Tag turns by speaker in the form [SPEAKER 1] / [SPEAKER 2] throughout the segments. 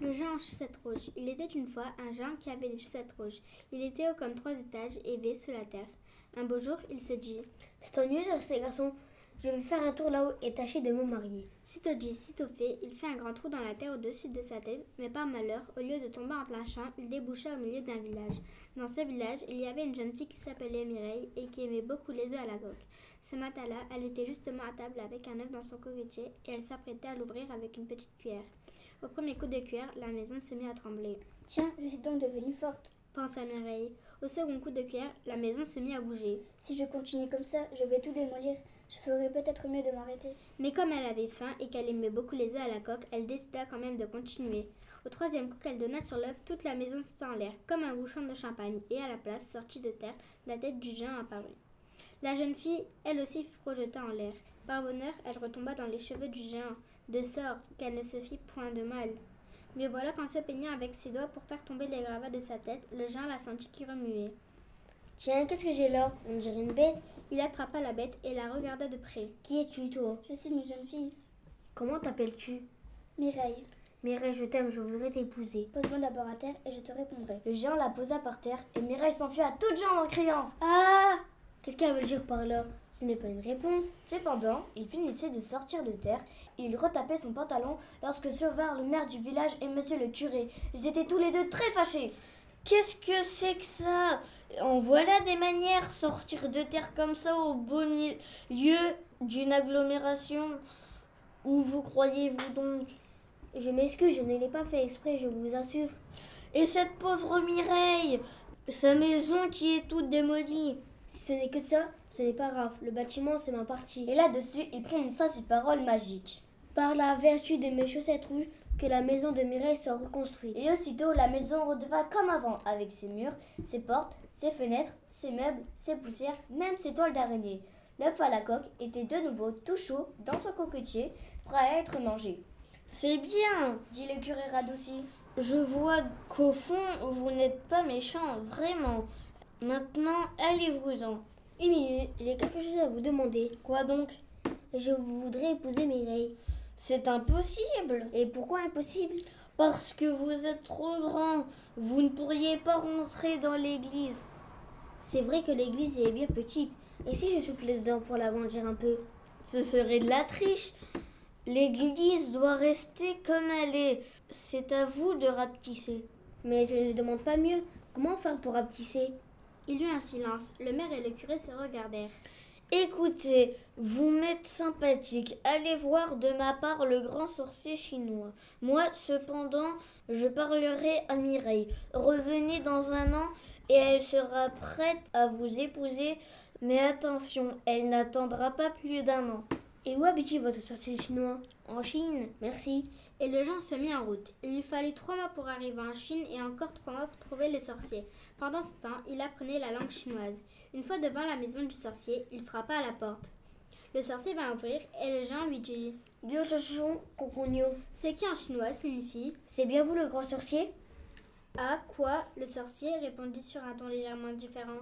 [SPEAKER 1] Le géant en chaussettes rouges. Il était une fois un géant qui avait des chaussettes rouges. Il était haut comme trois étages, élevé sous la terre. Un beau jour, il se dit
[SPEAKER 2] C'est ennuyeux de rester garçon. Je vais me faire un tour là-haut et tâcher de me marier.
[SPEAKER 1] Sitôt dit, sitôt fait, il fit un grand trou dans la terre au-dessus de sa tête, mais par malheur, au lieu de tomber en plein champ, il déboucha au milieu d'un village. Dans ce village, il y avait une jeune fille qui s'appelait Mireille et qui aimait beaucoup les œufs à la coque. Ce matin-là, elle était justement à table avec un œuf dans son coquetier et elle s'apprêtait à l'ouvrir avec une petite cuillère. Au premier coup de cuillère, la maison se mit à trembler.
[SPEAKER 2] Tiens, je suis donc devenue forte.
[SPEAKER 1] Pensa Mireille. Au second coup de cuillère, la maison se mit à bouger.
[SPEAKER 2] Si je continue comme ça, je vais tout démolir. Je ferais peut-être mieux de m'arrêter.
[SPEAKER 1] Mais comme elle avait faim et qu'elle aimait beaucoup les œufs à la coque, elle décida quand même de continuer. Au troisième coup qu'elle donna sur l'œuf, toute la maison s'était en l'air, comme un bouchon de champagne, et à la place, sortie de terre, la tête du géant apparut. La jeune fille, elle aussi, fut projetée en l'air. Par bonheur, elle retomba dans les cheveux du géant, de sorte qu'elle ne se fit point de mal. Mais voilà qu'en se peignant avec ses doigts pour faire tomber les gravats de sa tête, le géant la sentit qui remuait.
[SPEAKER 2] Tiens, qu'est-ce que j'ai là On dirait une bête.
[SPEAKER 1] Il attrapa la bête et la regarda de près.
[SPEAKER 2] Qui es-tu, toi
[SPEAKER 3] Je suis une jeune fille.
[SPEAKER 2] Comment t'appelles-tu
[SPEAKER 3] Mireille.
[SPEAKER 2] Mireille, je t'aime, je voudrais t'épouser.
[SPEAKER 3] Pose-moi d'abord à terre et je te répondrai.
[SPEAKER 2] Le géant la posa par terre et Mireille s'enfuit à toutes jambes en criant.
[SPEAKER 3] Ah
[SPEAKER 2] Qu'est-ce qu'elle veut dire par là Ce n'est pas une réponse. Cependant, il finissait de sortir de terre et il retapait son pantalon lorsque survinrent le maire du village et monsieur le curé. Ils étaient tous les deux très fâchés.
[SPEAKER 4] Qu'est-ce que c'est que ça En voilà des manières, sortir de terre comme ça au beau milieu d'une agglomération. Où vous croyez-vous donc
[SPEAKER 2] Je m'excuse, je ne l'ai pas fait exprès, je vous assure.
[SPEAKER 4] Et cette pauvre Mireille Sa maison qui est toute démolie
[SPEAKER 2] si ce n'est que ça, ce n'est pas grave. Le bâtiment, c'est ma partie. Et là-dessus, il prononça ces paroles magiques. Par la vertu de mes chaussettes rouges, que la maison de Mireille soit reconstruite. Et aussitôt, la maison redeva comme avant, avec ses murs, ses portes, ses fenêtres, ses meubles, ses poussières, même ses toiles d'araignée. L'œuf à la coque était de nouveau tout chaud dans son coquetier, prêt à être mangé.
[SPEAKER 4] C'est bien,
[SPEAKER 2] dit le curé radouci.
[SPEAKER 4] Je vois qu'au fond, vous n'êtes pas méchant, vraiment. Maintenant, allez-vous-en.
[SPEAKER 2] Une minute, j'ai quelque chose à vous demander.
[SPEAKER 4] Quoi donc
[SPEAKER 2] Je voudrais épouser Mireille.
[SPEAKER 4] C'est impossible.
[SPEAKER 2] Et pourquoi impossible
[SPEAKER 4] Parce que vous êtes trop grand. Vous ne pourriez pas rentrer dans l'église.
[SPEAKER 2] C'est vrai que l'église est bien petite. Et si je soufflais dedans pour l'agrandir un peu
[SPEAKER 4] Ce serait de la triche. L'église doit rester comme elle est. C'est à vous de rapetisser.
[SPEAKER 2] Mais je ne demande pas mieux. Comment faire pour rapetisser
[SPEAKER 1] il y eut un silence. Le maire et le curé se regardèrent.
[SPEAKER 4] Écoutez, vous m'êtes sympathique. Allez voir de ma part le grand sorcier chinois. Moi, cependant, je parlerai à Mireille. Revenez dans un an et elle sera prête à vous épouser. Mais attention, elle n'attendra pas plus d'un an.
[SPEAKER 2] Et où habitez votre sorcier chinois
[SPEAKER 4] En Chine.
[SPEAKER 2] Merci.
[SPEAKER 1] Et le géant se mit en route. Il lui fallut trois mois pour arriver en Chine et encore trois mois pour trouver le sorcier. Pendant ce temps, il apprenait la langue chinoise. Une fois devant la maison du sorcier, il frappa à la porte. Le sorcier vint ouvrir et le géant lui dit Ce qui en chinois signifie
[SPEAKER 2] C'est bien vous le grand sorcier
[SPEAKER 1] À quoi le sorcier répondit sur un ton légèrement différent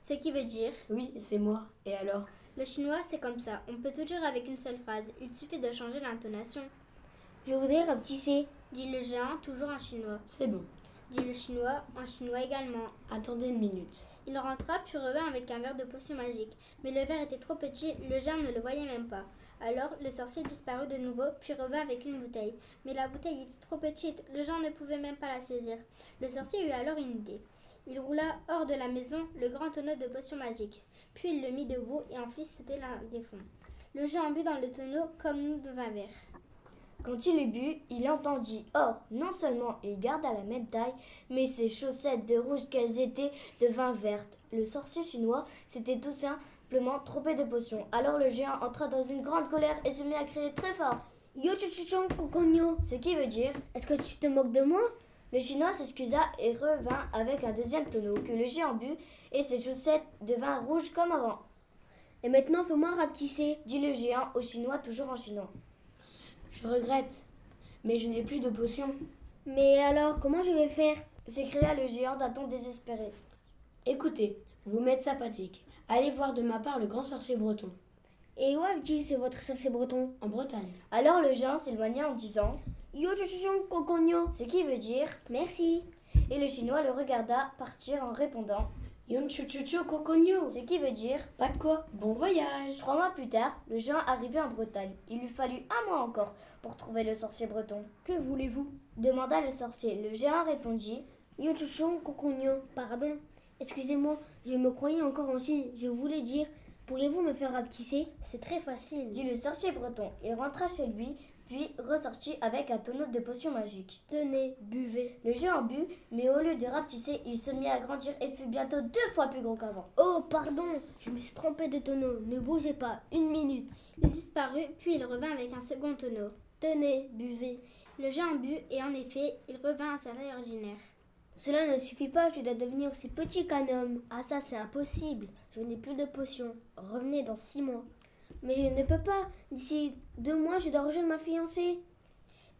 [SPEAKER 1] Ce qui veut dire
[SPEAKER 5] Oui, c'est moi. Et alors
[SPEAKER 1] le chinois, c'est comme ça. On peut tout dire avec une seule phrase. Il suffit de changer l'intonation.
[SPEAKER 2] Je voudrais rapetisser.
[SPEAKER 1] Dit le géant, toujours en chinois.
[SPEAKER 5] C'est bon.
[SPEAKER 1] Dit le chinois, en chinois également.
[SPEAKER 5] Attendez une minute.
[SPEAKER 1] Il rentra, puis revint avec un verre de potion magique. Mais le verre était trop petit, le géant ne le voyait même pas. Alors, le sorcier disparut de nouveau, puis revint avec une bouteille. Mais la bouteille était trop petite, le géant ne pouvait même pas la saisir. Le sorcier eut alors une idée. Il roula hors de la maison le grand tonneau de potion magique. Puis il le mit debout et en fit sauter l'un des fonds. Le géant but dans le tonneau comme nous dans un verre.
[SPEAKER 2] Quand il eut bu, il entendit. Or, non seulement il garda la même taille, mais ses chaussettes de rouge qu'elles étaient devinrent vertes. Le sorcier chinois s'était tout simplement trompé de potion. Alors le géant entra dans une grande colère et se mit à crier très fort.
[SPEAKER 3] Yo chuchuchon kokonyo.
[SPEAKER 2] Ce qui veut dire
[SPEAKER 3] Est-ce que tu te moques de moi
[SPEAKER 2] Le chinois s'excusa et revint avec un deuxième tonneau que le géant but et ses chaussettes devinrent rouges comme avant.
[SPEAKER 3] Et maintenant fais-moi rapetisser.
[SPEAKER 2] Dit le géant au chinois toujours en chinois.
[SPEAKER 5] Je regrette, mais je n'ai plus de potion.
[SPEAKER 3] Mais alors, comment je vais faire
[SPEAKER 2] s'écria le géant d'un ton désespéré.
[SPEAKER 5] Écoutez, vous m'êtes sympathique. Allez voir de ma part le grand sorcier breton,
[SPEAKER 3] Et où habite-t-il ce votre sorcier breton
[SPEAKER 5] en Bretagne.
[SPEAKER 2] Alors le géant s'éloigna en disant Yo chuchuchon coconio Ce qui veut dire merci. Et le chinois le regarda partir en répondant
[SPEAKER 5] Yum chuchucho coconio.
[SPEAKER 2] Ce qui veut dire
[SPEAKER 5] Pas de quoi. Bon voyage.
[SPEAKER 2] Trois mois plus tard, le géant arrivait en Bretagne. Il lui fallut un mois encore pour trouver le sorcier breton.
[SPEAKER 5] Que voulez-vous
[SPEAKER 2] Demanda le sorcier. Le géant répondit
[SPEAKER 3] Yo chuchon coconio. Pardon. Excusez-moi, je me croyais encore en Chine. Je voulais dire, pourriez-vous me faire rapetisser C'est très facile.
[SPEAKER 2] Dit le sorcier breton. Il rentra chez lui, puis ressortit avec un tonneau de potions magiques.
[SPEAKER 3] Tenez, buvez.
[SPEAKER 2] Le géant but, mais au lieu de rapetisser, il se mit à grandir et fut bientôt deux fois plus gros qu'avant.
[SPEAKER 3] Oh, pardon, je me suis trompé de tonneau. Ne bougez pas, une minute.
[SPEAKER 1] Il disparut, puis il revint avec un second tonneau.
[SPEAKER 3] Tenez, buvez.
[SPEAKER 1] Le géant but, et en effet, il revint à sa taille originaire.
[SPEAKER 3] Cela ne suffit pas, je dois devenir aussi petit qu'un homme.
[SPEAKER 2] Ah ça c'est impossible, je n'ai plus de potions. Revenez dans six mois.
[SPEAKER 3] Mais je ne peux pas, d'ici deux mois je dois rejoindre ma fiancée.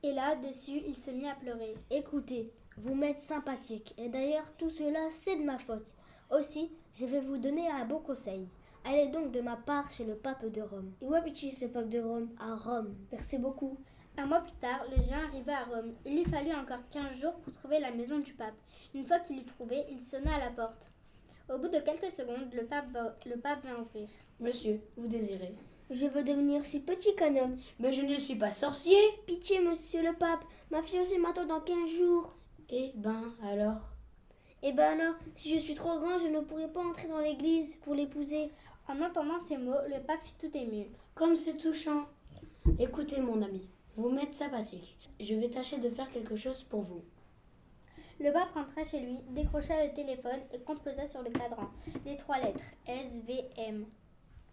[SPEAKER 1] Et là-dessus, il se mit à pleurer.
[SPEAKER 3] Écoutez, vous m'êtes sympathique, et d'ailleurs tout cela c'est de ma faute. Aussi, je vais vous donner un bon conseil. Allez donc de ma part chez le pape de Rome.
[SPEAKER 2] Et où habite-t-il ce pape de Rome
[SPEAKER 3] À Rome.
[SPEAKER 2] Merci beaucoup.
[SPEAKER 1] Un mois plus tard, le géant arriva à Rome. Il lui fallut encore 15 jours pour trouver la maison du pape. Une fois qu'il l'eut trouvée, il sonna à la porte. Au bout de quelques secondes, le pape, le pape vint ouvrir.
[SPEAKER 5] Monsieur, vous désirez
[SPEAKER 3] Je veux devenir si petit qu'un homme.
[SPEAKER 5] Mais je ne suis pas sorcier.
[SPEAKER 3] Pitié, monsieur le pape, ma fiancée m'attend dans 15 jours.
[SPEAKER 5] Eh ben, alors
[SPEAKER 3] Eh ben alors, si je suis trop grand, je ne pourrai pas entrer dans l'église pour l'épouser.
[SPEAKER 1] En entendant ces mots, le pape fut tout ému.
[SPEAKER 5] Comme c'est touchant. Écoutez, mon ami, vous m'êtes sympathique. Je vais tâcher de faire quelque chose pour vous.
[SPEAKER 1] Le pape rentra chez lui, décrocha le téléphone et composa sur le cadran les trois lettres SVM.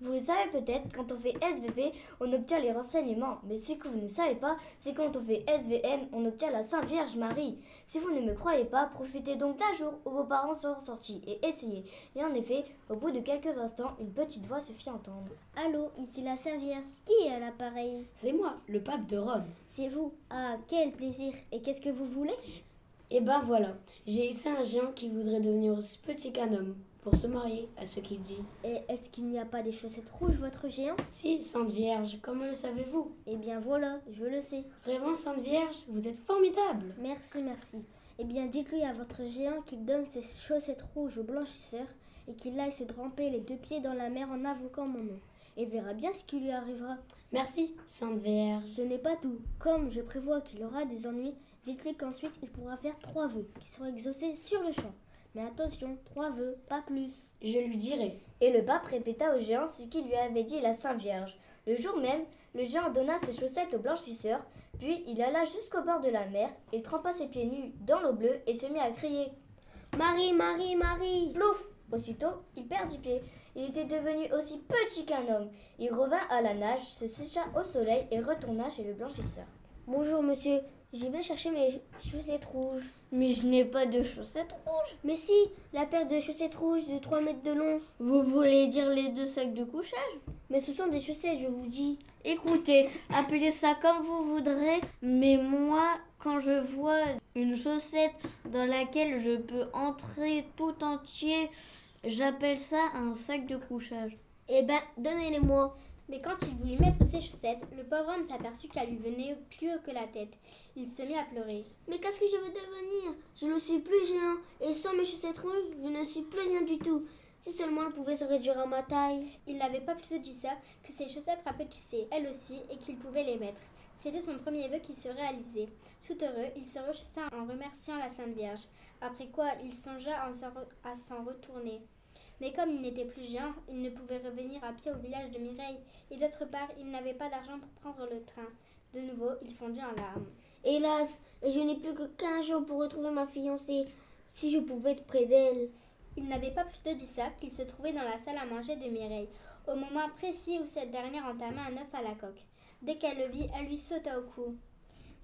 [SPEAKER 2] Vous le savez peut-être, quand on fait SVP, on obtient les renseignements. Mais ce que vous ne savez pas, c'est quand on fait SVM, on obtient la Sainte Vierge Marie. Si vous ne me croyez pas, profitez donc d'un jour où vos parents seront sortis et essayez. Et en effet, au bout de quelques instants, une petite voix se fit entendre.
[SPEAKER 3] Allô, ici la Sainte Vierge. Qui est à l'appareil
[SPEAKER 5] C'est moi, le pape de Rome.
[SPEAKER 3] C'est vous. Ah, quel plaisir. Et qu'est-ce que vous voulez
[SPEAKER 5] Eh ben voilà, j'ai ici un géant qui voudrait devenir aussi petit qu'un homme pour se marier, à ce qu'il dit.
[SPEAKER 3] Et est-ce qu'il n'y a pas des chaussettes rouges, votre géant
[SPEAKER 5] Si, Sainte Vierge, comment le savez-vous
[SPEAKER 3] Eh bien voilà, je le sais.
[SPEAKER 5] Vraiment, Sainte Vierge, vous êtes formidable.
[SPEAKER 3] Merci, merci. Eh bien, dites-lui à votre géant qu'il donne ses chaussettes rouges au blanchisseur et qu'il aille se tremper les deux pieds dans la mer en invoquant mon nom. Et verra bien ce qui lui arrivera.
[SPEAKER 5] Merci, Sainte Vierge.
[SPEAKER 3] Ce n'est pas tout. Comme je prévois qu'il aura des ennuis, dites-lui qu'ensuite il pourra faire trois vœux qui seront exaucés sur le champ. Mais attention, trois vœux, pas plus.
[SPEAKER 5] Je lui dirai.
[SPEAKER 2] Et le pape répéta au géant ce qu'il lui avait dit la Sainte Vierge. Le jour même, le géant donna ses chaussettes au blanchisseur, puis il alla jusqu'au bord de la mer, il trempa ses pieds nus dans l'eau bleue et se mit à crier.
[SPEAKER 3] Marie, Marie, Marie
[SPEAKER 2] Plouf Aussitôt, il perdit pied. Il était devenu aussi petit qu'un homme. Il revint à la nage, se sécha au soleil et retourna chez le blanchisseur.
[SPEAKER 3] Bonjour, monsieur. Je vais chercher mes chaussettes rouges.
[SPEAKER 4] Mais je n'ai pas de chaussettes rouges.
[SPEAKER 3] Mais si, la paire de chaussettes rouges de 3 mètres de long.
[SPEAKER 4] Vous voulez dire les deux sacs de couchage
[SPEAKER 3] Mais ce sont des chaussettes, je vous dis.
[SPEAKER 4] Écoutez, appelez ça comme vous voudrez, mais moi, quand je vois une chaussette dans laquelle je peux entrer tout entier, j'appelle ça un sac de couchage.
[SPEAKER 3] Eh ben, donnez-les-moi.
[SPEAKER 1] Mais quand il voulut mettre ses chaussettes, le pauvre homme s'aperçut qu'elle lui venait plus haut que la tête. Il se mit à pleurer.
[SPEAKER 3] Mais qu'est-ce que je veux devenir Je ne suis plus géant, et sans mes chaussettes rouges, je ne suis plus rien du tout. Si seulement elle pouvait se réduire à ma taille.
[SPEAKER 1] Il n'avait pas plus dit ça que ses chaussettes rapetissaient, elles aussi, et qu'il pouvait les mettre. C'était son premier vœu qui se réalisait. Tout heureux, il se rechaussa en remerciant la Sainte Vierge, après quoi il songea à s'en retourner. Mais comme il n'était plus géant, il ne pouvait revenir à pied au village de Mireille, et d'autre part, il n'avait pas d'argent pour prendre le train. De nouveau, il fondit en larmes.
[SPEAKER 3] Hélas, je n'ai plus que 15 jours pour retrouver ma fiancée. Si je pouvais être près d'elle.
[SPEAKER 1] Il n'avait pas plus tôt dit ça qu'il se trouvait dans la salle à manger de Mireille, au moment précis où cette dernière entama un œuf à la coque. Dès qu'elle le vit, elle lui sauta au cou.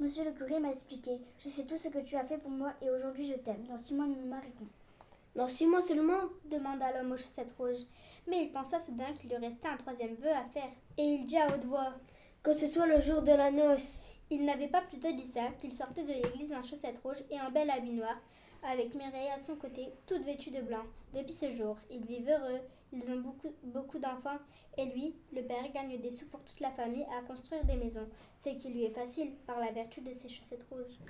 [SPEAKER 3] Monsieur le curé m'a expliqué. Je sais tout ce que tu as fait pour moi et aujourd'hui je t'aime. Dans six mois, nous nous marierons.
[SPEAKER 2] Dans six mois seulement
[SPEAKER 1] demanda l'homme aux chaussettes rouges. Mais il pensa soudain qu'il lui restait un troisième vœu à faire, et il dit à haute voix
[SPEAKER 2] Que ce soit le jour de la noce.
[SPEAKER 1] Il n'avait pas plutôt dit ça qu'il sortait de l'église en chaussettes rouges et en bel habit noir, avec Mireille à son côté, toute vêtue de blanc. Depuis ce jour, ils vivent heureux, Ils ont beaucoup, beaucoup d'enfants et lui, le père, gagne des sous pour toute la famille à construire des maisons, ce qui lui est facile par la vertu de ses chaussettes rouges.